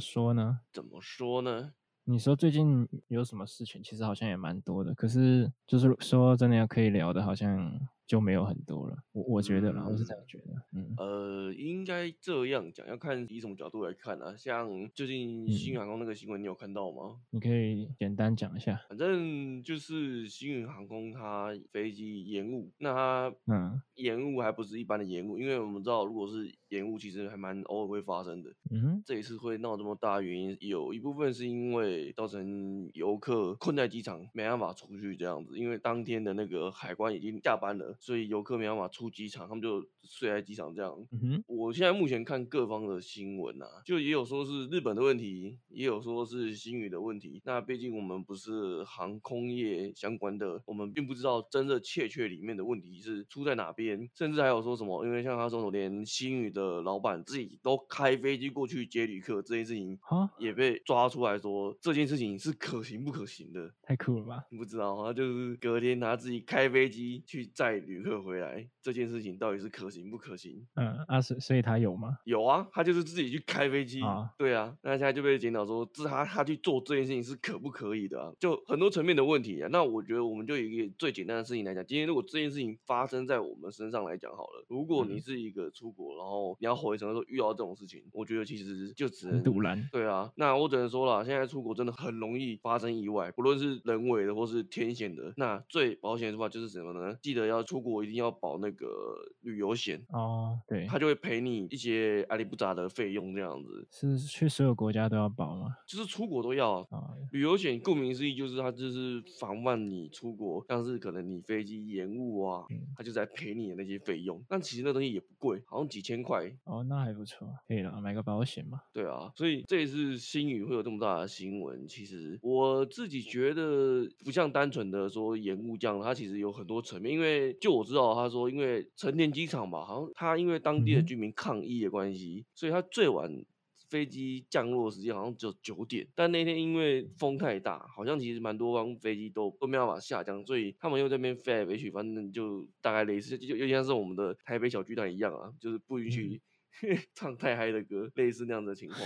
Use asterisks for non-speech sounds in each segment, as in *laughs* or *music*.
说呢？怎么说呢？你说最近有什么事情？其实好像也蛮多的，可是就是说真的要可以聊的，好像就没有很多了。我我觉得啦，我是这样觉得。嗯，呃，应该这样讲，要看以什么角度来看啊。像最近新嗯宇航空那个新闻，你有看到吗？你可以简单讲一下。反正就是新宇航空它飞机延误，那它嗯延误还不是一般的延误，因为我们知道，如果是延误，其实还蛮偶尔会发生的。嗯哼这一次会闹这么大，原因有一部分是因为造成游客困在机场，没办法出去这样子，因为当天的那个海关已经下班了，所以游客没办法出机场，他们就睡在机场这样。嗯哼我现在目前看各方的新闻啊，就也有说是日本的问题，也有说是新宇的问题。那毕竟我们不是航空业相关的，我们并不知道真的确切里面的问题是出在哪边，甚至还有说什么，因为像他说，连新宇的老板自己都开飞机过去接旅客这件事情，好，也被抓出来说这件事情是可行不可行的。太酷了吧？不知道，他就是隔天他自己开飞机去载旅客回来，这件事情到底是可行不可行？嗯啊，所以所以他有吗？有啊，他就是自己去开飞机，啊对啊，那现在就被检讨说，这他他去做这件事情是可不可以的啊？就很多层面的问题啊。那我觉得我们就以一个最简单的事情来讲，今天如果这件事情发生在我们身上来讲好了，如果你嗯是一个出国，然后你要回程的时候遇到这种事情，我觉得其实就只很能堵然。对啊，那我只能说了，现在出国真的很容易发生意外，不论是人为的或是天险的。那最保险的话就是什么呢？记得要出国一定要保那个旅游险，哦，对，它就会赔你一些阿里不杂的费用这样子。是去所有国家都要保吗？就是出国都要啊啊、哦，旅游险，顾名思义就是它就是防范你出国，像是可能你飞机延误啊，嗯，它就在赔你的那些费用。但其实那东西也不贵，好像几千块。哦，那还不错，可以了，买个保险嘛。 *laughs* 对啊，所以这一次新宇会有这么大的新闻，其实我自己觉得不像单纯的说延误这样，它其实有很多层面。因为就我知道，他说因为成田机场吧，好像他因为当嗯地的哼，居民抗议的关系，所以他最晚飞机降落时间好像只有九点。但那天因为风太大，好像其实蛮多班飞机都都没办法下降，所以他们又在那边飞来飞去，反正就大概类似，就就有点像是我们的台北小巨蛋一样啊，就是不允嗯，许 *laughs* 唱太嗨的歌，类似那样的情况。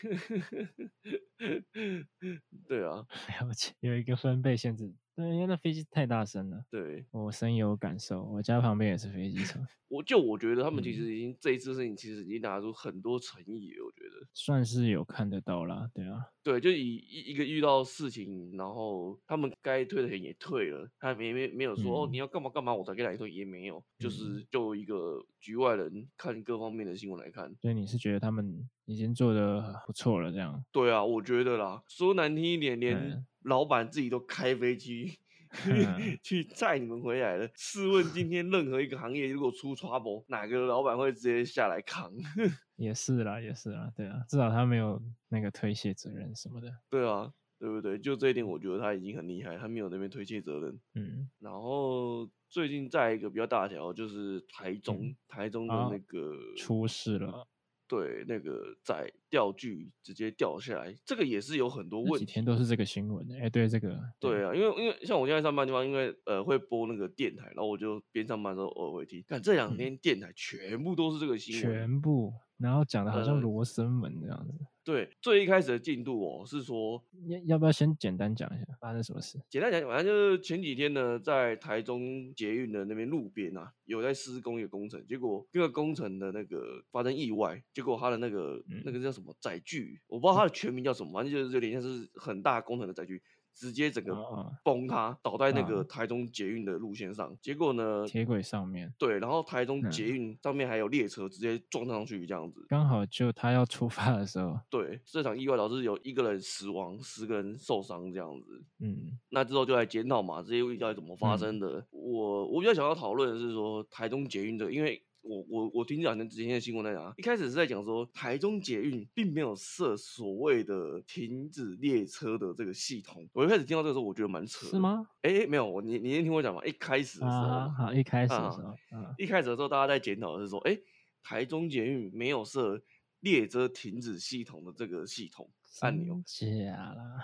*laughs* 对啊，了解，有一个分贝限制。对，因为那飞机太大声了，对，我深有感受。我家旁边也是飞机场，我就我觉得他们其嗯，实已经这一次事情其实已经拿出很多诚意了，我觉得。算是有看得到啦。对啊，对，就以一一个遇到事情，然后他们该退的人也退了，他没没没有说哦你嗯要干嘛干嘛，我才给你退，也没有，就嗯，是就一个局外人看各方面的新闻来看，所以你是觉得他们已经做的不错了，这样？对啊，我觉得啦，说难听一点，连嗯老板自己都开飞机哼， *laughs* 去载你们回来了。试问今天任何一个行业如果出 trouble，哪个老板会直接下来扛？ *laughs* 也是啦，也是啦，对啊，至少他没有那个推卸责任什么的。对啊，对不对？就这一点，我觉得他已经很厉害，他没有那边推卸责任。嗯然后最近在一个比较大条，就是台嗯，中，台中的啊，那个出事呃了，对那个在钓具直接掉下来，这个也是有很多这问几天题。都是这个新闻。哎，对，这个对对，啊，因为因为像我现在上班的地方，因为呃会播那个电台，然后我就边上班的时候偶尔会听。看这两嗯，天电台全部都是这个新闻，全部，然后讲的好像呃，罗生门这样子。对，最一开始的进度哦是说，要要不要先简单讲一下发生什么事？简单讲，反正就是前几天呢，在台中捷运的那边路边啊，有在施工一个工程，结果这个工程的那个发生意外，结果它的那个那个嗯，叫什么载具，我不知道它的全名叫什么，反正就是有点像是很大工程的载具，直接整啊个啊崩塌，倒在那个啊，台中捷运的路线上。结果呢，铁轨上面，对，然后台中捷嗯，运上面还有列车直接撞上去这样子。刚好就他要出发的时候，对，这场意外导致有一个人死亡，十个人受伤这样子。嗯那之后就来检讨嘛，这些问题到底怎么发生嗯的？我我比较想要讨论的是说台中捷运的，因为我我我听这两天之前的新闻在讲啊，一开始是在讲说台中捷运并没有设所谓的停止列车的这个系统。我一开始听到这个时候，我觉得蛮扯是的。吗？哎，没有，我你你先听我讲嘛，一开始的时候啊，嘛，好，一开始的时啊，候，啊，一开始的时候大家在检讨的是说，哎，台中捷运没有设列车停止系统的这个系统按钮。真假啦，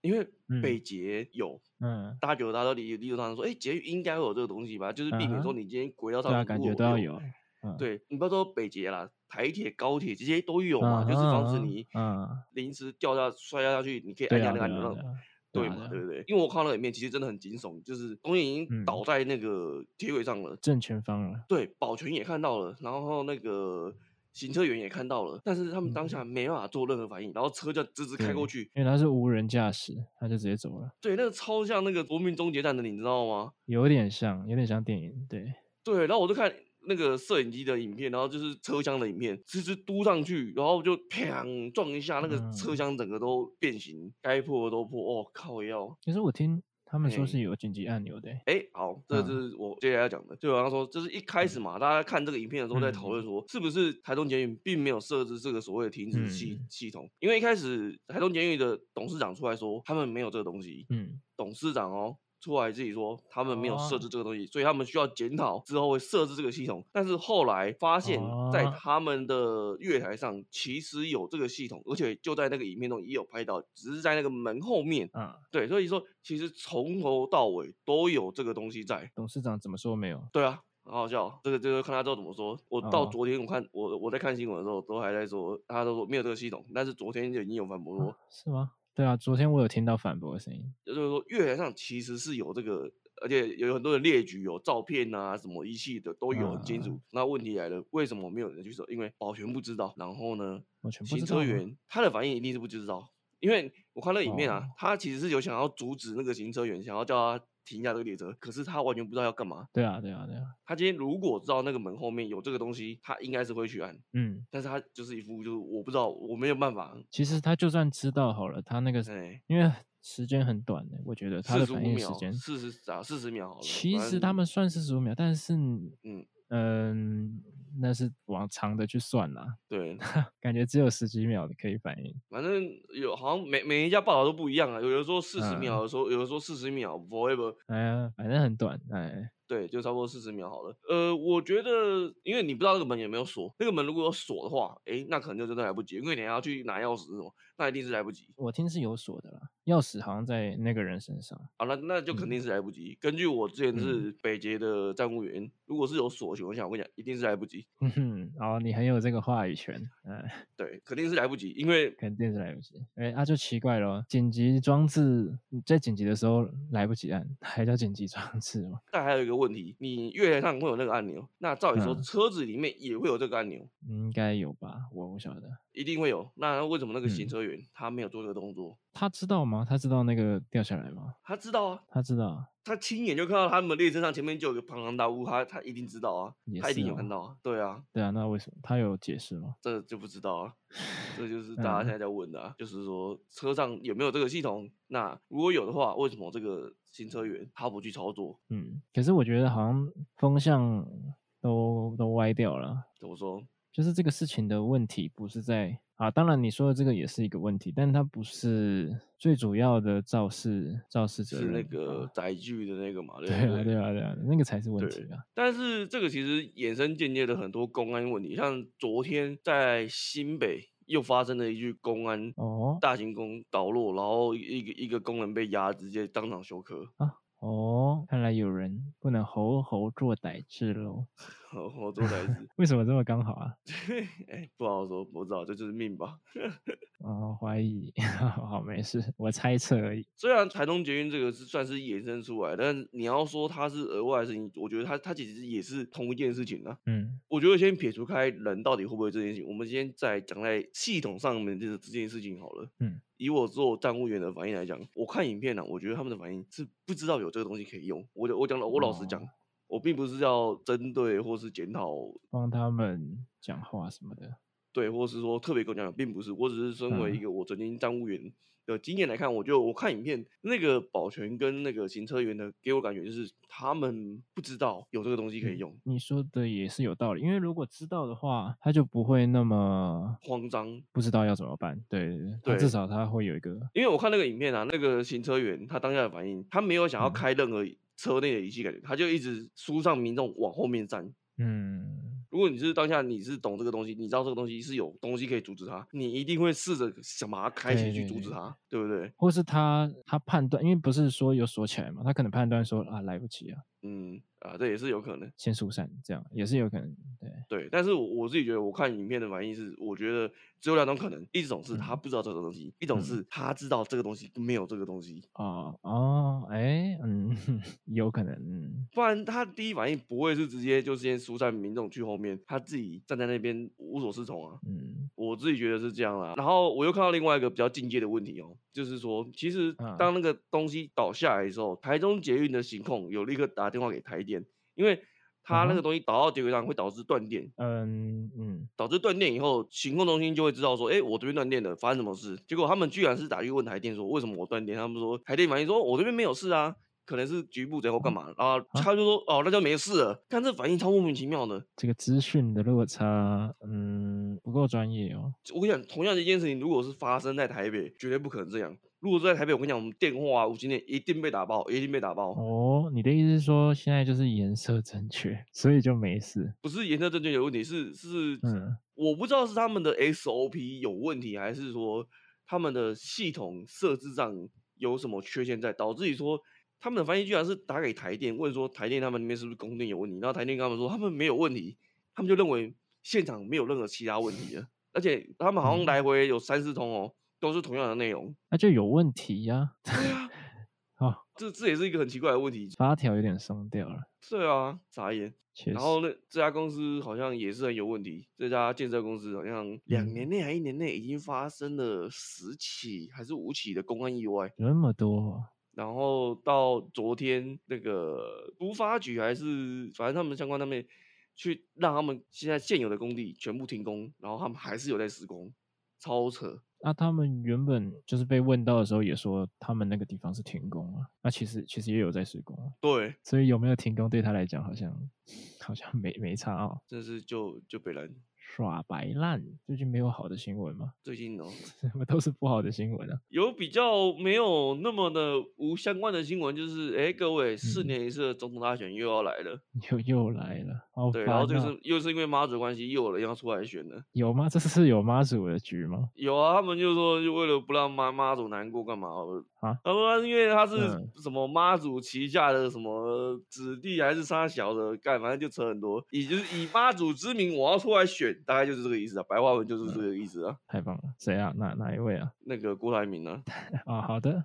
因为北嗯捷有，嗯大家觉得大家都理理所当然说，哎、捷运应该会有这个东西吧，就是啊避免说哈，你今天轨道上对啊，面感如觉果都要有，有，嗯对你不要说北捷啦，台铁、高铁这些都有嘛，就是防止你嗯，嗯临时掉下摔下去，你可以对按下啊，那个啊按钮让对啊对啊嘛，啊对不对？因为我看到那个影片，其实真的很惊悚，就是工业已经嗯倒在那个铁轨上了，正前方了，对，保全也看到了，然后那个行车员也看到了，但是他们当嗯下没办法做任何反应，然后车就直直开过对去，因为他是无人驾驶，他就直接走了，对，那个超像那个《夺命终结战》的，你知道吗？有点像，有点像电影，对，对，然后我就看那个摄影机的影片，然后就是车厢的影片，直直嘟上去，然后就砰撞一下，那个车嗯厢整个都变形，该破的都破，哦靠腰！其实我听他们说嘿是有紧急按钮的欸，哎，好，这就嗯是我接下来要讲的。就好像说，就是一开始嘛，大家看这个影片的时候在讨嗯论说，是不是台中捷运并没有设置这个所谓的停止系嗯系统？因为一开始台中捷运的董事长出来说，他们没有这个东西，嗯，董事长哦出来自己说他们没有设哦置这个东西，所以他们需要检讨之后会设置这个系统。但是后来发现，在哦他们的月台上其实有这个系统，而且就在那个影片中也有拍到，只是在那个门后面。啊，对，所以说其实从头到尾都有这个东西在。董事长怎么说没有？对啊，很好笑。这个这个看他之后怎么说。我到哦昨天我看我我在看新闻的时候，都还在说，大家都说没有这个系统，但是昨天就已经有反嗯驳说，是吗？对啊，昨天我有听到反驳的声音，就是说月台上其实是有这个，而且有很多人列举有照片啊，什么仪器的都有很清楚。那问题来了，为什么没有人去说？因为保全不知道。然后呢，我全不行知车道吗。啊员他的反应一定是不知道，因为我看那影片啊，哦他其实是有想要阻止那个行车员，想要叫他停下这个列车，可是他完全不知道要干嘛。对啊，对啊，对啊，他今天如果知道那个门后面有这个东西，他应该是会去按，嗯，但是他就是一副就是我不知道，我没有办法，其实他就算知道好了，他那个哎，因为时间很短的，我觉得他四的十五反应时秒，间，四十啊，四十秒好了。其反实他正们算四十五秒，但是嗯嗯、那是往长的去算啦，对，感觉只有十几秒的可以反应，反正有好像每每一家报道都不一样啊，有的说四十嗯秒，有的说有的说四十秒，forever，哎呀，反正很短，哎，对，就差不多四十秒好了。呃，我觉得因为你不知道那个门有没有锁，那个门如果有锁的话，诶，那可能就真的来不及，因为你还要去拿钥匙什么，那一定是来不及我听是有锁的啦，钥匙好像在那个人身上，啊，那那就肯嗯定是来不及。根据我之前嗯是北捷的站务员，如果是有锁的情况下，我跟你讲，一定是来不及，哼哼，哦，你很有这个话语权，哎。对，肯定是来不及，因为肯定是来不及。哎、那、就奇怪咯，紧急装置你在紧急的时候来不及按，还叫紧急装置吗？但还有一个问题，你月台上会有那个按钮，那照理说嗯车子里面也会有这个按钮。应该有吧，我不晓得。一定会有。那为什么那个行嗯车员他没有做这个动作？他知道吗？他知道那个掉下来吗？他知道啊，他知道啊，他亲眼就看到他们列车上前面就有个庞然大物，他他一定知道啊，也他一定是有看哦到啊。对啊，对啊，那为什么他有解释吗？这就不知道啊，*laughs* 这就是大家现嗯在在问的、啊，就是说车上有没有这个系统？那如果有的话，为什么这个行车员他不去操作？嗯，可是我觉得好像风向都都歪掉了，怎么说？就是这个事情的问题不是在啊，当然你说的这个也是一个问题，但它不是最主要的肇事肇事责是任那吧个载具的那个嘛？对对不啊对啊对啊，那个才是问对题啊。但是这个其实衍生间接的很多公安问题，像昨天在新北又发生了一具公安哦，大型工倒落，然后一个一个工人被压，直接当场休克。哦，看来有人不能猴猴做歹志喽？我做才 *laughs* 子，为什么这么刚好啊？哎，不好说，不知道，这就是命吧。哦，怀疑， *laughs* 好，没事，我猜测而已。虽然台东捷运这个是算是衍生出来，但你要说它是额外的事情，我觉得它它其实也是同一件事情啊。嗯，我觉得先撇除开人到底会不会这件事情，我们先再讲在系统上面这这件事情好了。嗯，以我做站务员的反应来讲，我看影片呢、啊我觉得他们的反应是不知道有这个东西可以用。我我讲了，我老实讲，哦我并不是要针对或是检讨帮他们讲话什么的。对，或是说特别跟我讲，并不是，我只是身为一嗯个我曾经站务员的经验来看，我觉得我看影片那个保全跟那个行车员的，给我感觉就是他们不知道有这个东西可以嗯用，你说的也是有道理，因为如果知道的话，他就不会那么慌张。不知道要怎么办。对对对，他对至少他会有一个，因为我看那个影片啊，那个行车员他当下的反应，他没有想要嗯开任何车内的仪器，感觉他就一直疏散民众往后面站。嗯，如果你是当下你是懂这个东西，你知道这个东西是有东西可以阻止他，你一定会试着想把它开启对去对阻止对他，对不对？或是他他判断，因为不是说有锁起来嘛，他可能判断说啊来不及啊，嗯啊，这也是有可能。先疏散，这样也是有可能。对，对，但是我我自己觉得，我看影片的反应是，我觉得只有两种可能，一种是他嗯不知道这个东西，一种嗯是他知道这个东西没有这个东西。哦哦，哎，嗯， *laughs* 有可能，嗯不然他第一反应不会是直接就先疏散民众去后面，他自己站在那边无所适从啊。嗯我自己觉得是这样啦。然后我又看到另外一个比较进阶的问题哦，就是说，其实嗯当那个东西倒下来的时候，台中捷运的行控有立刻打电话给台电，因为他啊那哈个东西倒到捷运上会导致断电，嗯嗯，导致断电以后，行控中心就会知道说，哎、我这边断电了，发生什么事？结果他们居然是打去问台电说，为什么我断电？他们说台电反映说，哦我这边没有事啊，可能是局部贼或干哦嘛啊？他就说，哦，那就没事了。看这反应超莫名其妙的。这个资讯的落差，嗯，不够专业哦。我跟你讲，同样的一件事情，如果是发生在台北，绝对不可能这样。如果是在台北，我跟你讲，我们电话啊、无线电一定被打爆，一定被打爆。哦，你的意思是说现在就是颜色正确，所以就没事？不是颜色正确有问题，是是，嗯我不知道是他们的 SOP 有问题，还是说他们的系统设置上有什么缺陷在，导致于说他们的翻译居然是打给台电，问说台电他们那边是不是供电有问题，然后台电跟他们说他们没有问题，他们就认为现场没有任何其他问题了，而且他们好嗯像来回有三四通哦，都是同样的内容。那就有问题呀、对啊，哦，这这也是一个很奇怪的问题。发条有点松掉了，对啊，傻眼。确实然。后那这家公司好像也是很有问题，这家建设公司好像两年内还一年内已经发生了十起还是五起的公安意外，那么多，然后到昨天那个都发局还是反正他们相关单位去让他们现在现有的工地全部停工，然后他们还是有在施工，超扯。那、他们原本就是被问到的时候也说他们那个地方是停工啊，那其实其实也有在施工啊，对，所以有没有停工对他来讲好像好像没没差哦，真是就就北兰耍白烂，最近没有好的新闻吗？ *laughs* 最近哦，怎么都是不好的新闻啊？有比较没有那么的无相关的新闻，就是哎，各位四嗯年一次的总统大选又要来了。又又来了，好对，然后烦这个啊！是又是因为妈祖关系，又有人要出来选了。有吗？这是有妈祖的局吗？有啊，他们就说就为了不让妈妈祖难过干嘛哦啊？他说他因为他是嗯什么妈祖旗下的什么子弟还是啥小的，干反正就扯很多。以就是以妈祖之名，我要出来选，大概就是这个意思啊。白话文就是这个意思啊。太棒了！谁啊？哪哪一位啊？那个郭台铭呢、啊，啊，好 *laughs* 的，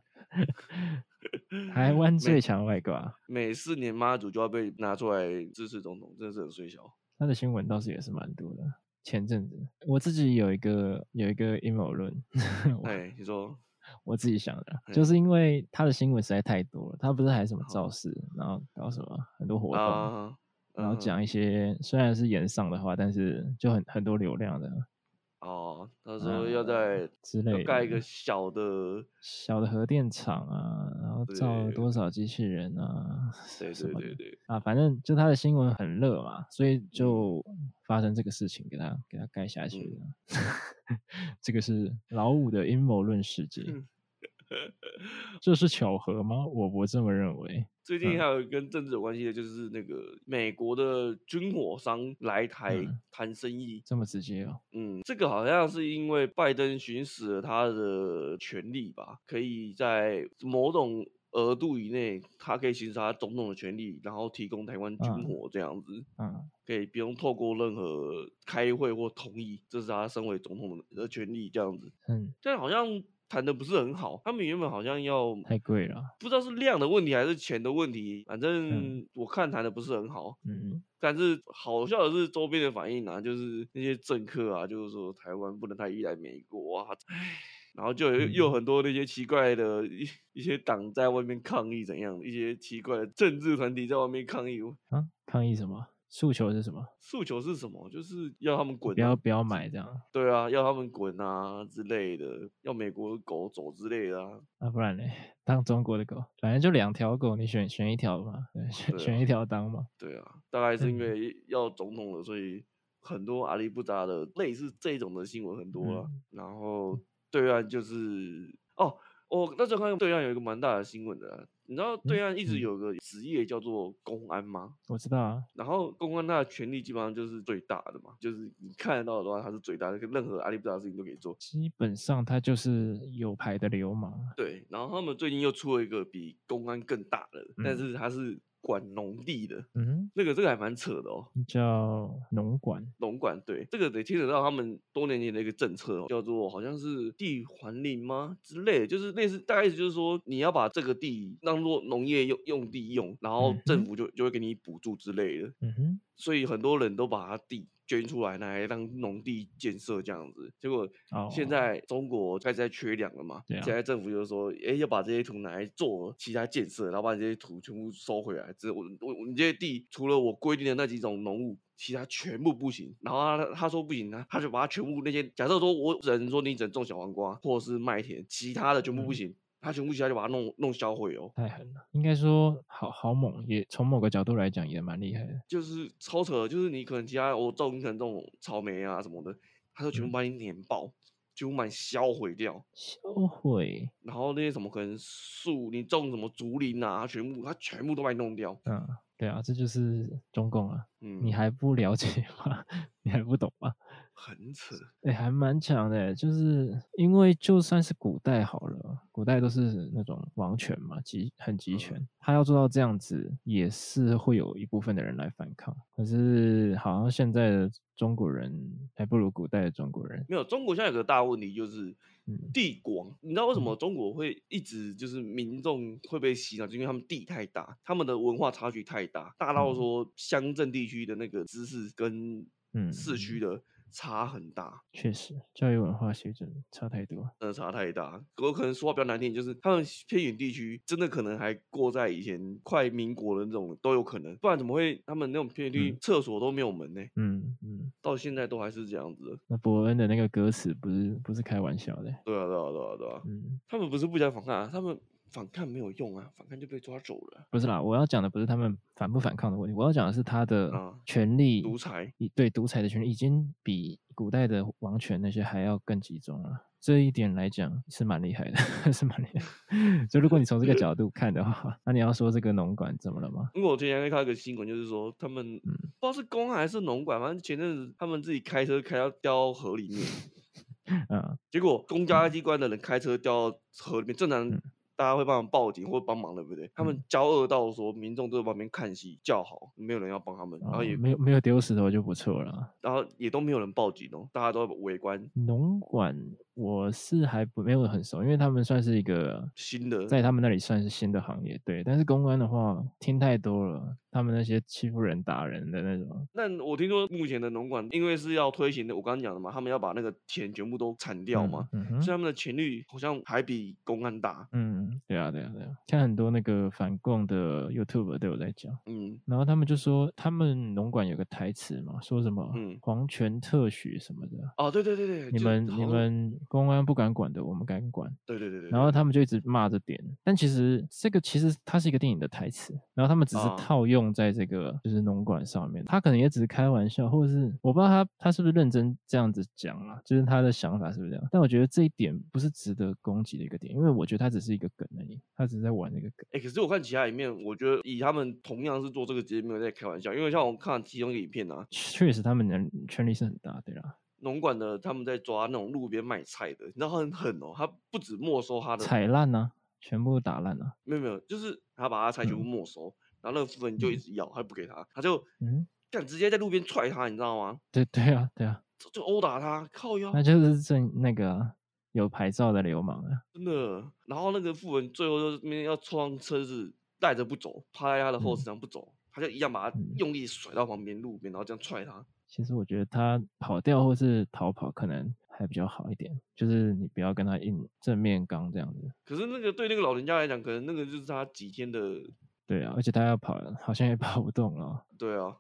台湾最强外挂，每四年妈祖就要被拿出来支持总统，真的是很衰小。他的新闻倒是也是蛮多的。前阵子我自己有一个有一个阴谋论， *laughs* 我哎，你说我自己想的啦，嗯哦就是因为他的新闻实在太多了，他不是还什么好造势，然后搞什么很多活动，啊，然后嗯讲一些虽然是演上的话，但是就很很多流量的哦，他说要呃在之要类盖一的个小的小的核电厂啊，然后造了对多少机器人啊，对什对么对的对，啊，反正就他的新闻很热嘛，所以嗯就发生这个事情，给他给他盖下去嗯了。 *laughs* 这个是老五的阴谋论世界，嗯这是巧合吗？我不这么认为。最近嗯还有跟政治有关系的，就是那个美国的军火商来台嗯谈生意。这么直接哦，嗯，这个好像是因为拜登行使了他的权利吧，可以在某种额度以内，他可以行使他总统的权利，然后提供台湾军嗯火这样子，嗯可以不用透过任何开会或同意，这是他身为总统的呃权利这样子。嗯，但好像谈的不是很好，他们原本好像要太贵了，不知道是量的问题还是钱的问题，反正我看谈的不是很好。嗯，但是好笑的是周边的反应啊，就是那些政客啊，就是说台湾不能太依赖美国啊，唉，然后就有又有嗯很多那些奇怪的一一些党在外面抗议怎样，一些奇怪的政治团体在外面抗议，啊，抗议什么？诉求是什么？诉求是什么？就是要他们滚、啊，不要不要买这样，对啊，要他们滚啊之类的，要美国狗走之类的啊，那、不然呢？当中国的狗，反正就两条狗，你选选一条嘛，对，选对啊选一条当嘛。对啊，大概是嗯因为要总统了，所以很多阿里不达的类似这种的新闻很多了。嗯然后对岸就是哦，我那时候看对岸有一个蛮大的新闻的啊、你知道对岸一直嗯有个职业叫做公安吗？我知道啊，然后公安他的权力基本上就是最大的嘛，就是你看得到的话，他是最大的，任何阿里不达的事情都可以做。基本上他就是有牌的流氓啊。对，然后他们最近又出了一个比公安更大的，但嗯是他是。管农地的，嗯，这个这个还蛮扯的哦。叫农管，农管对这个得牵扯到他们多年前的一个政策、哦，叫做好像是地还林吗之类的，就是类似大概意思就是说你要把这个地当做农业用用地用，然后政府就就会给你补助之类的，嗯哼，所以很多人都把他地捐出来拿来当农地建设这样子，结果哦，现在中国开始在缺粮了嘛，对啊现在政府就是说，哎、要把这些土拿来做其他建设，然后把这些土全部收回来。这我我我你这些地，除了我规定的那几种农务，其他全部不行。然后他他说不行，啊他他就把他全部那些，假设说我只能说你只能种小黄瓜或者是麦田，其他的全部不嗯行，他全部其他就把它弄弄销毁哦。太狠了，应该说好好猛，也从某个角度来讲也蛮厉害的，就是超扯，就是你可能其他我种你可能种草莓啊什么的，他都全部嗯把你碾爆，全部把你销毁掉。销毁，然后那些什么可能树，你种什么竹林啊，全部它全部都把你弄掉。嗯，对啊，这就是中共啊，嗯，你还不了解吗？ *laughs* 你还不懂吗？很扯，哎、还蛮强的欸，就是因为就算是古代好了，古代都是那种王权嘛，集很集嗯权，他要做到这样子，也是会有一部分的人来反抗。可是好像现在的中国人还不如古代的中国人，没有中国现在有个大问题就是嗯地广，你知道为什么中国会一直就是民众会被洗脑，就因为他们地太大，他们的文化差距太大，大到嗯说乡镇地区的那个知识跟嗯，市区的差很大，确实教育文化水准差太多。真的差太大。我可能说话比较难听，就是他们偏远地区真的可能还过在以前快民国的那种都有可能，不然怎么会他们那种偏远地区厕所都没有门呢、嗯嗯，到现在都还是这样子的。那伯恩的那个歌词不是不是开玩笑的，对啊，对啊，对啊，对啊，嗯，他们不是不想反抗啊，他们反抗没有用啊，反抗就被抓走了不是啦，我要讲的不是他们反不反抗的问题，我要讲的是他的啊权利、独裁。以对独裁的权利已经比古代的王权那些还要更集中了。这一点来讲是蛮厉害的， *laughs* 是蛮厉害的。 *laughs* 就如果你从这个角度看的话，那你要说这个农管怎么了吗？因为我之前看到一个新闻，就是说他们、嗯不知道是公安还是农管，反正前阵子他们自己开车开到掉到河里面，嗯结果公家机关的人开车掉到河里面，正常嗯大家会帮忙报警或帮忙的，对不对？他们嗯骄傲到说民众都在旁边看戏叫好，没有人要帮他们，然后哦也没有没有丢石头就不错了啊。然后也都没有人报警哦，大家都围观农管我是还不没有很熟，因为他们算是一个新的。在他们那里算是新的行业，对。但是公关的话听太多了，他们那些欺负人、打人的那种，那我听说目前的农管，因为是要推行的，我刚刚讲的嘛，他们要把那个田全部都铲掉嘛，嗯？嗯哼所以他们的潜力好像还比公安大。嗯，对啊，对啊，对啊，像很多那个反共的 YouTube 都有在讲，嗯，然后他们就说他们农管有个台词嘛，说什么嗯皇权特许什么的，哦，对对对对，你就们好你像们公安不敢管的，我们敢管。对对对对，然后对他们就一直骂这点，但其实这个其实它是一个电影的台词，然后他们只是啊套用在这个就是农管上面，他可能也只是开玩笑，或者是我不知道他他是不是认真这样子讲啊，就是他的想法是不是这样？但我觉得这一点不是值得攻击的一个点，因为我觉得他只是一个梗而已，他只是在玩那个梗。哎、可是我看其他影片，我觉得以他们同样是做这个职业，没有在开玩笑，因为像我看其中一个影片啊，确实，他们的权力是很大，对啦，农管的他们在抓那种路边卖菜的，你知道他很狠哦，他不止没收他的，踩烂呐、全部打烂呐、啊没有没有，就是他把他菜全部没收，然后那个妇人就一嗯直要，他不给他，他就嗯，干直接在路边踹他，你知道吗？对对啊，对啊，就就殴打他，靠腰，那就是正那个啊、有牌照的流氓啊，真的。然后那个妇人最后就是那边要撞车子，带着不走，趴在他的后嗯车上不走，他就一样把他嗯用力甩到旁边路边，然后这样踹他。其实我觉得他跑掉或是逃跑可能还比较好一点，就是你不要跟他硬正面刚这样子。可是那个对那个老人家来讲，可能那个就是他几天的，对啊，而且他要跑，好像也跑不动了。对啊，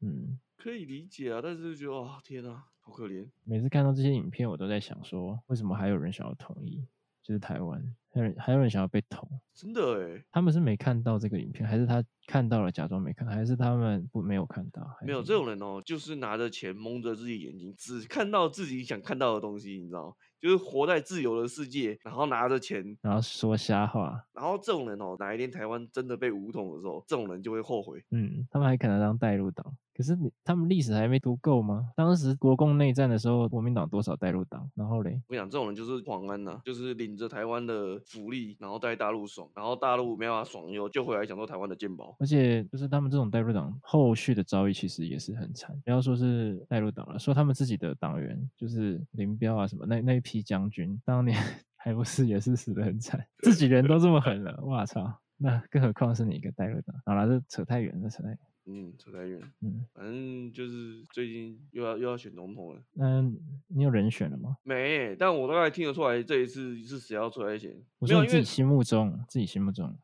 嗯，可以理解啊，但是就觉得啊，天啊，好可怜。每次看到这些影片，我都在想说，为什么还有人想要统一？就是台湾，还有人还有人想要被统。真的哎，他们是没看到这个影片，还是他看到了假装没看，还是他们不没有看到？还没有是这种人哦，就是拿着钱蒙着自己眼睛，只看到自己想看到的东西，你知道？就是活在自由的世界，然后拿着钱，然后说瞎话，然后这种人哦，哪一天台湾真的被武统的时候，这种人就会后悔。嗯，他们还可能当带入党。可是你他们历史还没读够吗？当时国共内战的时候，国民党多少带入党？然后嘞，我跟你讲，这种人就是狂安呐、就是领着台湾的福利，然后在大陆爽，然后大陆没办法爽以后，就回来享受台湾的健保。而且就是他们这种带入党，后续的遭遇其实也是很惨。不要说是带入党了，说他们自己的党员，就是林彪啊什么那那一批将军，当年 *laughs* 还不是也是死得很惨，自己人都这么狠了，哇操！那更何况是你一个带入党？好了，这扯太远了，扯太远。嗯，扯太远。嗯，反正就是最近又要又要选总统了，那你有人选了吗？没，但我大概听得出来这一次是谁要出来选。我没说有，你因自己为心目中，自己心目中，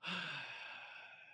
*laughs*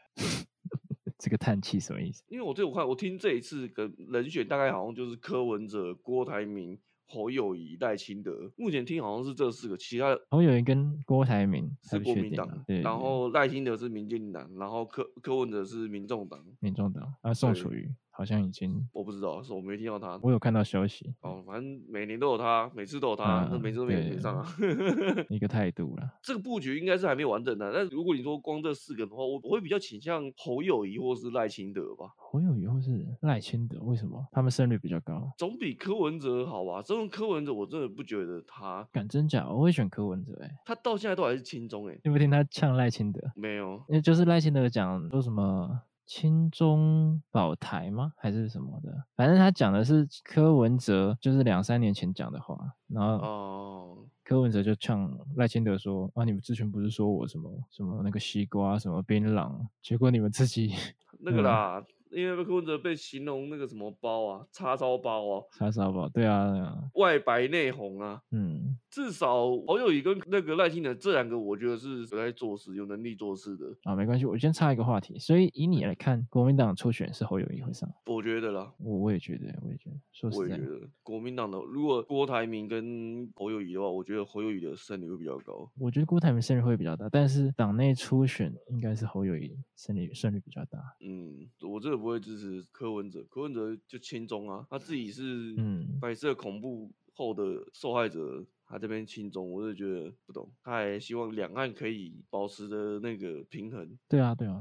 这个叹气什么意思？因为我这我看我听这一次的人选大概好像就是柯文哲、郭台铭、侯友谊、赖清德，目前听好像是这四个，其他的侯友谊跟郭台铭还是不国确民定党啊，对，然对后赖清德是民进党，然后柯柯文哲是民众党，民众党啊，宋对楚瑜好像已经，我不知道，是我没听到他。我有看到消息，哦，反正每年都有他，每次都有他，那嗯每次都没没对上啊。 *laughs* 一个态度啦。这个布局应该是还没完整的、啊但如果你说光这四个的话，我我会比较倾向侯友谊或是赖清德吧，侯友谊或是赖清德，为什么他们胜率比较高？总比柯文哲好吧？这种柯文哲我真的不觉得他敢真假？我会选柯文哲、欸，哎，他到现在都还是亲中哎、你不听他呛赖清德，没有，那就是赖清德讲说什么亲中保台吗？还是什么的？反正他讲的是柯文哲，就是两三年前讲的话，然后哦，柯文哲就呛赖清德说：“啊，你们之前不是说我什么什么那个西瓜什么槟榔，结果你们自己 *laughs* 那个嗯啦，因为柯文哲被形容那个什么包啊，叉烧包啊，啥啥吧？对啊，对啊外白内红啊。嗯，至少侯友谊跟那个赖清德这两个，我觉得是有在做事、有能力做事的，啊，没关系，我先插一个话题。所以以你来看，国民党初选是侯友谊会上，我觉得啦。我我也觉得，我也觉得，说我实也在觉，得国民党的，如果郭台铭跟侯友谊的话，我觉得侯友谊的胜率会比较高。我觉得郭台铭胜率会比较大，但是党内初选应该是侯友谊胜率胜率比较大。嗯，我真的不会支持柯文哲，柯文哲就亲中啊，他自己是嗯白色恐怖后的受害者，他这边亲中，我就觉得不懂。他还希望两岸可以保持的那个平衡，对啊，对啊，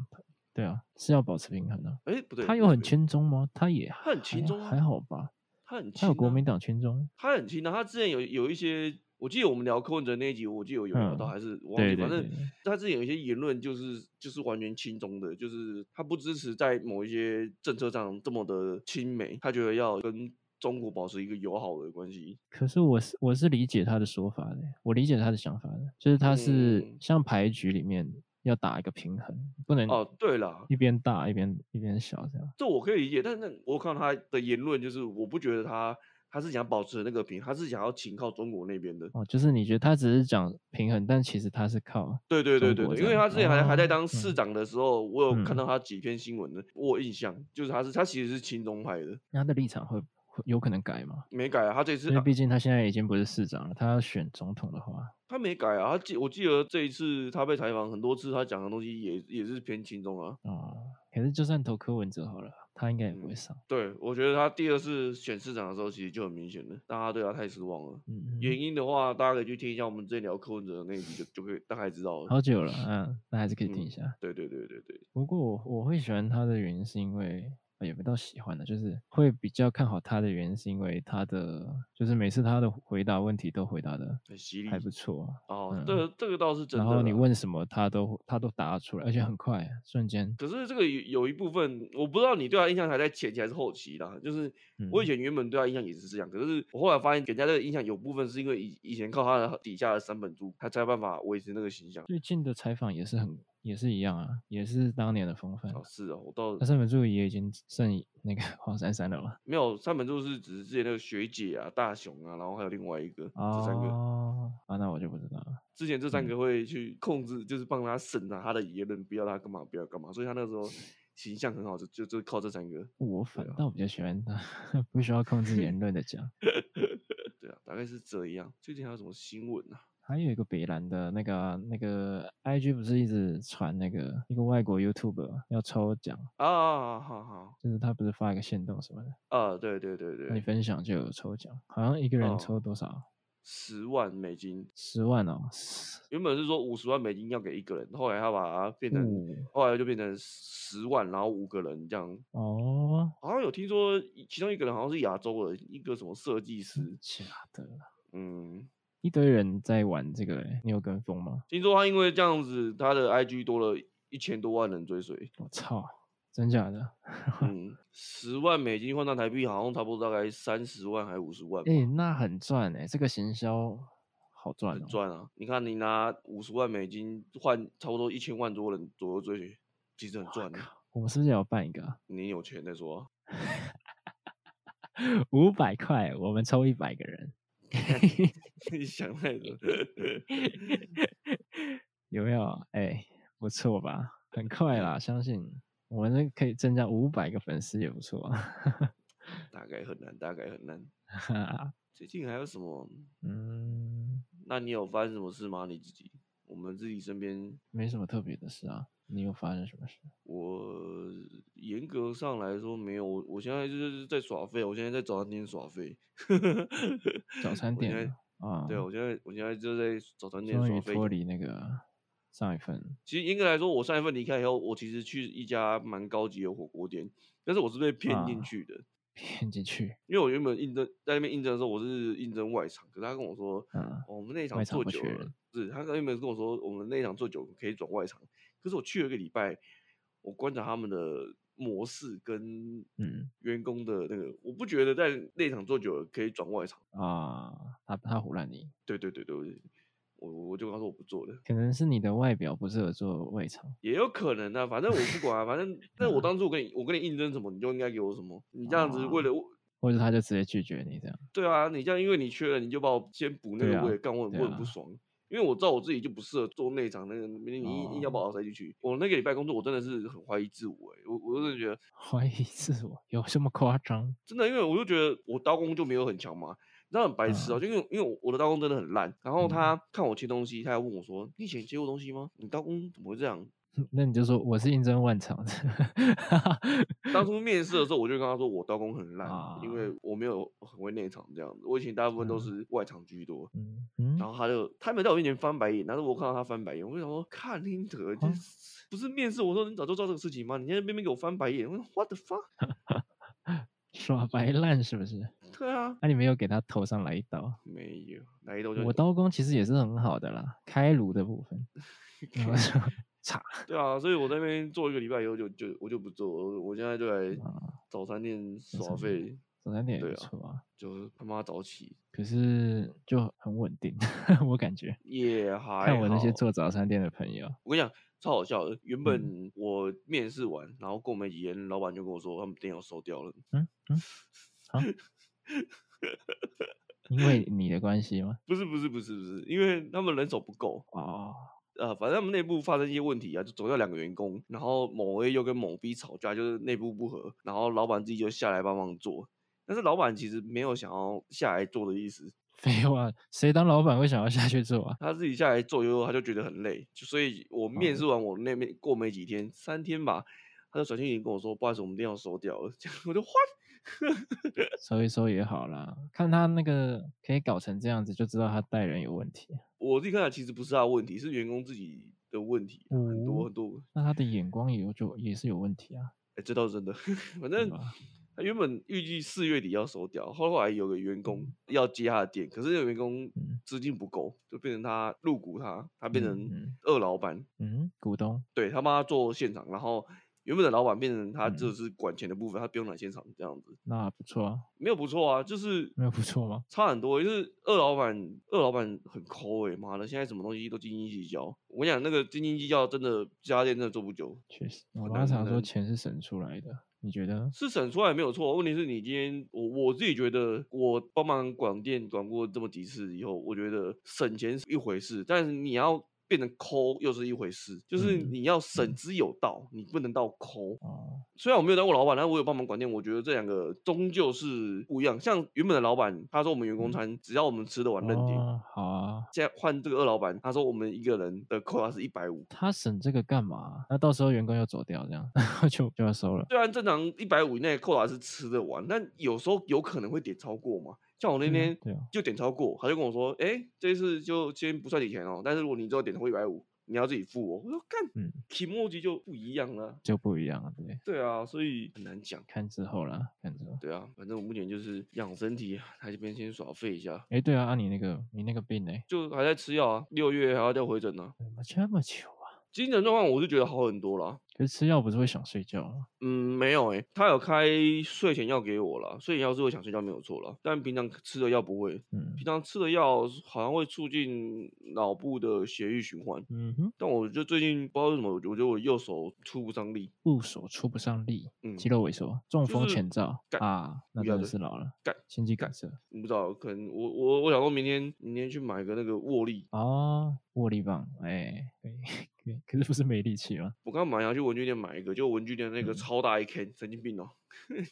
对啊，是要保持平衡的、哎、不对，他有不很对，亲中吗？他也他很亲还中啊还好吧？他很亲、他啊，有国民党亲中，他很轻的、他之前有有一些，我记得我们聊柯文哲那一集，我记得有聊到，嗯还是我忘对记，反对正对。他之前有一些言论就是就是完全亲中的，就是他不支持在某一些政策上这么的亲美，他觉得要跟中国保持一个友好的关系。可是我是我是理解他的说法的，我理解他的想法的，就是他是嗯像牌局里面要打一个平衡，不能哦，对啦，一边大一边一边小这样。这我可以理解，但是我看到他的言论，就是我不觉得他他是想保持那个平衡，他是想要请靠中国那边的。哦，就是你觉得他只是讲平衡，但其实他是靠对对对中对国对，这因为样他之前还还在哦当市嗯长的时候，我有看嗯到他几篇新闻的，我有印象，就是他是他其实是亲中派的，那他的立场会会有可能改嘛？没改啊，他这因次、为啊、毕竟他现在已经不是市长了，他要选总统的话，他没改啊，他记我记得这一次他被采访很多次，他讲的东西也也是偏轻中啊。哦，可是就算投柯文哲好了，他应该也不会嗯上。对，我觉得他第二次选市长的时候，其实就很明显了，大家对他太失望了。嗯，原因的话，大家可以去听一下我们之前聊柯文哲的那一集，就就可以大概知道了。好久了，嗯，那还是可以听一嗯下。对对对对对，不过我我会喜欢他的原因是因为。呃也不到喜欢的，就是会比较看好他的原因，是因为他的就是每次他的回答问题都回答的很犀利还不错啊，哦，嗯这个这个倒是真的然啦。后你问什么他都他都答得出来，而且很快，啊瞬间。可是这个有有一部分，我不知道你对他印象还在前期还是后期啦。就是我嗯以前原本对他印象也是这样，可是我后来发现给人家这个印象有部分是因为以以前靠他的底下的三本柱，他才有办法维持那个形象。最近的采访也是很也是一样啊，也是当年的风范。哦，是哦，我倒那三本柱也已经剩一那个黄珊珊了嘛？没有三本柱是只是之前那个学姐啊、大雄啊，然后还有另外一个，这三个哦，啊，那我就不知道了。之前这三嗯个会去控制，就是帮他审查他的言论，不要他干嘛，不要干嘛，所以他那时候形象很好，就就就靠这三个。我反啊倒比较喜欢他，不需要控制言论的讲。 *laughs* 对啊，大概是这样。最近还有什么新闻啊？还有一个北兰的那个啊、那个 IG 不是一直传那个一个外国 YouTube 要抽奖，啊，好好就是他不是发一个限动什么的，啊，对对对对，那你分享就有抽奖，好像一个人哦抽多少十万美金，十万哦，原本是说五十万美金要给一个人，后来他把它变成，五后来就变成十万，然后五个人这样。哦，好像有听说其中一个人好像是亚洲人，一个什么设计师，假的啦，嗯，一堆人在玩这个、欸，你有跟风吗？听说他因为这样子，他的 IG 多了一千多万人追随，我操，真假的？嗯，十万美金换到台币好像差不多大概三十万还五十万吧哎、那很赚哎、这个行销好赚哦、赚啊！你看你拿五十万美金换差不多一千万多人左右追随，其实很赚的。我们是不是也要办一个啊？你有钱再说啊、 *laughs* 五百块，我们抽一百个人，你想太多。有没有？哎、不错吧？很快啦，相信我们这可以增加五百个粉丝也不错啊。 *laughs* *laughs* 大概很难，大概很难。哈哈最近还有什么？嗯，那你有发生什么事吗？你自己，我们自己身边，没什么特别的事啊。你有发生什么事？我严格上来说没有。我我现在就是在耍废，我现在在早餐店耍废。早餐我现在店啊，对啊，我现在我现在就在早餐店终于耍废。脱离那个上一份 *laughs* 其实严格来说，我上一份离开以后，我其实去一家蛮高级的火锅店，但是我是被骗进啊去的。骗进去，因为我原本应征在那边应征的时候，我是应征外场，可是他跟我说，嗯，哦我们内场外场做不久缺了人，是他原本跟我说，我们内场做久了可以转外场，可是我去了一个礼拜，我观察他们的模式跟嗯员工的那个，我不觉得在内场做久了可以转外场。啊，他他唬烂你，对对对对，我我就告诉我不做了，可能是你的外表不适合做外场，也有可能啊，反正我不管啊，反正但我当初我跟你我跟你应征什么，你就应该给我什么，你这样子哦为了我。或者他就直接拒绝你这样。 *laughs* 对啊，你这样因为你缺了，你就把我先补那对个啊位，干、我很对我很不啊爽，因为我知道我自己就不适合做内场那个，你硬硬要哦把我塞进去。我那个礼拜工作，我真的是很怀疑自我、欸，我我真的觉得怀疑自我有这么夸张？ *laughs* 真的，因为我就觉得我刀工就没有很强嘛。你知道很白痴哦、就因为因为我的刀工真的很烂，然后嗯他看我切东西，他还问我说：“你以前切过东西吗？你刀工怎么会这样？”那你就说我是应征万场的， *laughs* 当初面试的时候，我就跟他说我刀工很烂，因啊为我没有很会内场这样子，我以前大部分都嗯是外场居多。嗯嗯然，后他就他没有在我面前翻白眼，但是我看到他翻白眼，我就想说，看你的，这啊是不是面试？我说你早就知道这个事情吗？你在那边边给我翻白眼，我说 what the fuck？耍白烂是不是？对啊，那、你没有给他头上来一刀？没有，来一刀就我刀工其实也是很好的啦，开颅的部分， *laughs* 然后就差对啊，所以我在那边做一个礼拜以后就就我就不做，我我现在就来啊，早餐店耍餐费，早餐店也对不啊错啊，就他妈早起可是就很稳定， *laughs* 我感觉。也还看我那些嗯好做早餐店的朋友，我跟你讲，超好笑的。原本我面试完，然后过没几天，老板就跟我说他们店要收掉了。嗯嗯，啊因为你的关系 *laughs* 吗？不是不是不是不是，因为他们人手不够，哦，呃，反正他们内部发生一些问题啊，就走掉两个员工，然后某 A 又跟某 B 吵架，就是内部不和，然后老板自己就下来帮忙做。但是老板其实没有想要下来做的意思， *laughs* 废话，谁当老板会想要下去做啊？他自己下来做以后，他就觉得很累，就所以我哦面试完我那边过没几天，三天吧，他就转信息跟我说，不好意思，我们店要收掉了。 *laughs* 我就 what？收一收也好啦，看他那个可以搞成这样子，就知道他待人有问题。我自己看来其实不是他的问题，是员工自己的问题，啊很多哦很多。那他的眼光也有就也是有问题啊。哎、这倒是真的。 *laughs* 反对正吧他原本预计四月底要收掉，后来有个员工要接他的店，可是那个员工嗯资金不够，就变成他入股他，他嗯变成嗯二老板，嗯，股东对他帮他做现场，然后原本的老板变成他嗯就是管钱的部分，他不用来现场这样子，那不错啊，没有不错啊，就是没有不错吗？差很多，就是二老板，二老板很抠哎、妈的，现在什么东西都斤斤计较。我跟你讲，那个斤斤计较真的这家店真的做不久，确实，我很妈难常哦很说难钱是省出来的，你觉得？是省出来没有错，问题是你今天我我自己觉得，我帮忙管店管过这么几次以后，我觉得省钱是一回事，但是你要变成抠又是一回事，就是嗯你要省之有道，你不能到抠。哦，虽然我没有当过老板，但我有帮忙管店，我觉得这两个终究是不一样。像原本的老板，他说我们员工嗯餐只要我们吃得完认定，哦，好啊，现在换这个二老板，他说我们一个人的扣他是一百五。他省这个干嘛？那到时候员工又走掉，这样 *laughs* 就就要收了。虽然正常一百五以内扣打是吃得完，但有时候有可能会点超过嘛，像我对那啊天对啊就点超过，他就跟我说，哎、这次就先不算你钱哦，但是如果你之后点超过一百五，你要自己付哦。我说干嗯， ，emoji 就不一样了。就不一样了，对，对啊，所以很难讲。看之后啦，看之后。对啊，反正我目前就是养身体，啊还这边先耍废一下，哎，对啊，啊你那个你那个病呢？就还在吃药啊，六月还要再回诊呢、怎么这么久啊？精神状况我是觉得好很多啦。可是吃药不是会想睡觉吗？嗯，没有诶、他有开睡前药给我啦，睡前药是会想睡觉没有错啦，但平常吃的药不会，嗯平常吃的药好像会促进脑部的血液循环。嗯哼，但我就最近不知道为什么，我觉得我右手出不上力，部首出不上力，嗯，肌肉萎缩，中就风是前兆干啊，那遇到真的的是老了干，心肌干梗塞不知道，可能我我我想说明天明天去买个那个握力，啊，握力棒，哎，可以可以，可是不是没力气吗？我刚买啊要去文具店买一个，就文具店那个嗯超大一 K，神经病哦、 *laughs* 嗯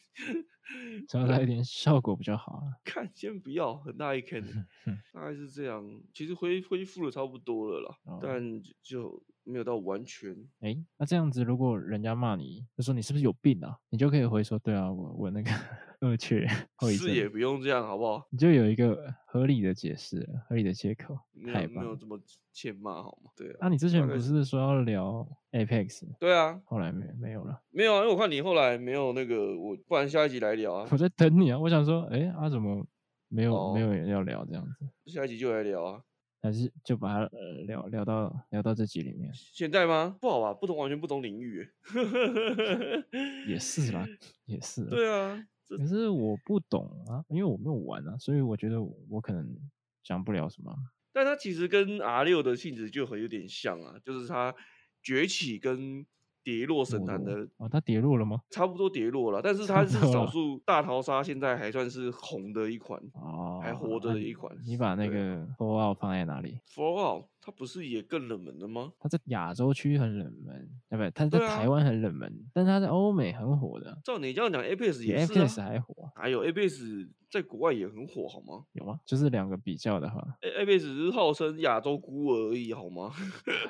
稍微来一点效果比较好啊。看，先不要，很大一坑欸 *laughs* 哼，大概是这样。其实恢恢复的差不多了啦，哦但就就没有到完全。哎，那这样子，如果人家骂你，就说你是不是有病啊？你就可以回说，对啊，我我那个 *laughs* 恶缺后遗是也症，不用这样，好不好？你就有一个合理的解释了，合理的借口，没太有没棒有了。这么欠骂好吗？对啊，那、你之前概不是说要聊 Apex，对啊，后来没没有了？没有啊，因为我看你后来没有那个，我不然下一集来聊 *laughs* 啊我，在等你啊，我想说，哎，啊怎么没有、没哦有人要聊这样子？下一集就来聊啊。还是就把它呃聊聊到聊到这集里面现在吗？不好吧，不同完全不同领域欸。也是啦，也是啦。 *laughs* 嗯对啊，这可是我不懂啊，因为我没有玩啊，所以我觉得我我可能讲不了什么。但它其实跟 R 六的性质就很有点像啊，就是它崛起跟跌落神坛没落的哦，它跌落了吗？差不多跌落了，但是差它不是多少了数大逃杀现在还算是红的一款。哦，还活着那的你一款你把那对啊个 Fallout 放在哪里？ Fallout 它不是也更冷门的吗？它在亚洲区很冷门，啊，不是，它在对啊台湾很冷门，但它在欧美很火的，照你这样讲，Apex 比也是 Apex 啊，还火，还有 Apex 在国外也很火，好吗，有吗？就是两个比较的话？A- *laughs*？Apex 只是号称亚洲孤儿而已，好啊吗？ *laughs*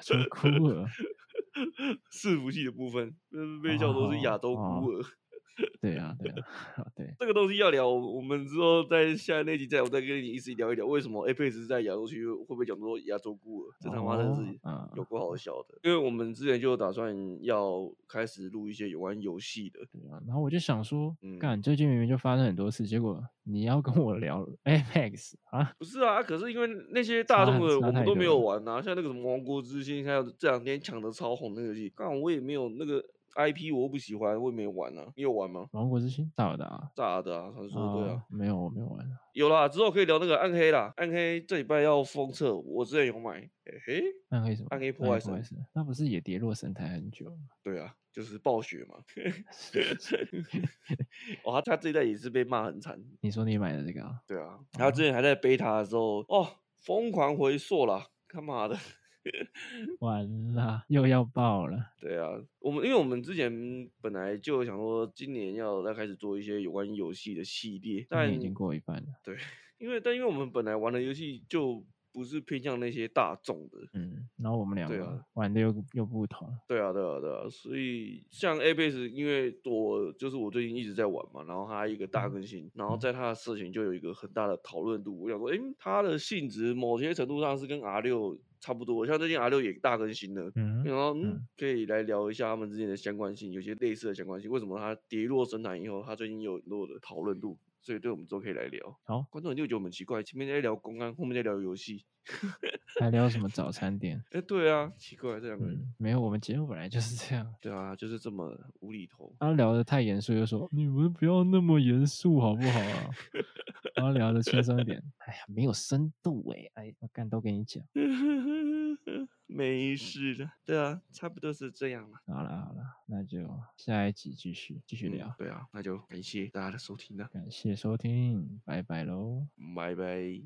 就哭了。伺服器的部分嗯被叫做是亚哦洲哦孤儿。 *laughs* 对啊，对啊，对，这个东西要聊，我们之后在下那集再我再跟你一起聊一聊，为什么 Apex 在亚洲区会被讲作亚洲孤儿？这他妈的哦是嗯有够好笑的。因为我们之前就打算要开始录一些有关游戏的，对啊，然后我就想说，嗯干，最近明明就发生很多次，结果你要跟我聊 Apex 啊，不是啊？可是因为那些大差众的差我太们都没多有了玩啊，像那个什么《王国之心》，还有这两天抢的超红那个游戏，但我也没有那个 IP，我又不喜欢，我也没玩啊。你有玩吗？王国之心到的啊，炸的啊，传说对啊。哦没有，我没有玩啊，有啦，之后可以聊那个暗黑啦。暗黑这礼拜要封测，我之前有买。嘿嘿，暗黑什么？暗黑破坏神神，那不是也跌落神坛很久了吗？ *laughs* *laughs* 对啊，就是暴雪嘛。 *laughs* 哦，他他这一代也是被骂很惨。你说你买的这个啊？对啊，他之前还在 beta 的时候，哦，疯狂回溯啦，他妈的。完了，又要爆了。对啊，我们因为我们之前本来就想说今年要再开始做一些有关游戏的系列，今但嗯年已经过一半了。因为但因为我们本来玩的游戏就不是偏向那些大众的，嗯，然后我们两对啊个玩的又又不同，对啊，对啊，对啊，所以像 Apex，因为我就是我最近一直在玩嘛，然后它一个嗯大更新，然后在它的社群就有一个很大的讨论度。我想说，诶，它的性质某些程度上是跟 R 六差不多，像最近 R 六也大更新了，嗯然后嗯嗯，可以来聊一下他们之间的相关性，有些类似的相关性，为什么它跌落神坛以后，它最近有很多的讨论度，所以对我们都可以来聊。好观众就觉得我们奇怪，前面在聊公安，后面在聊游戏，还聊什么早餐 *laughs* 店？哎，对啊，奇怪这两个人，嗯，没有，我们节目本来就是这样。对啊，就是这么无厘头。 *laughs* 他聊的太严肃，就说你们不要那么严肃好不好啊？然后聊的轻松一点，哎呀，没有深度哎、哎，我干都给你讲。嗯没事的，对啊，差不多是这样了。好了好了，那就下一集继续继续嗯聊。对啊，那就感谢大家的收听啦，感谢收听，拜拜喽。拜拜。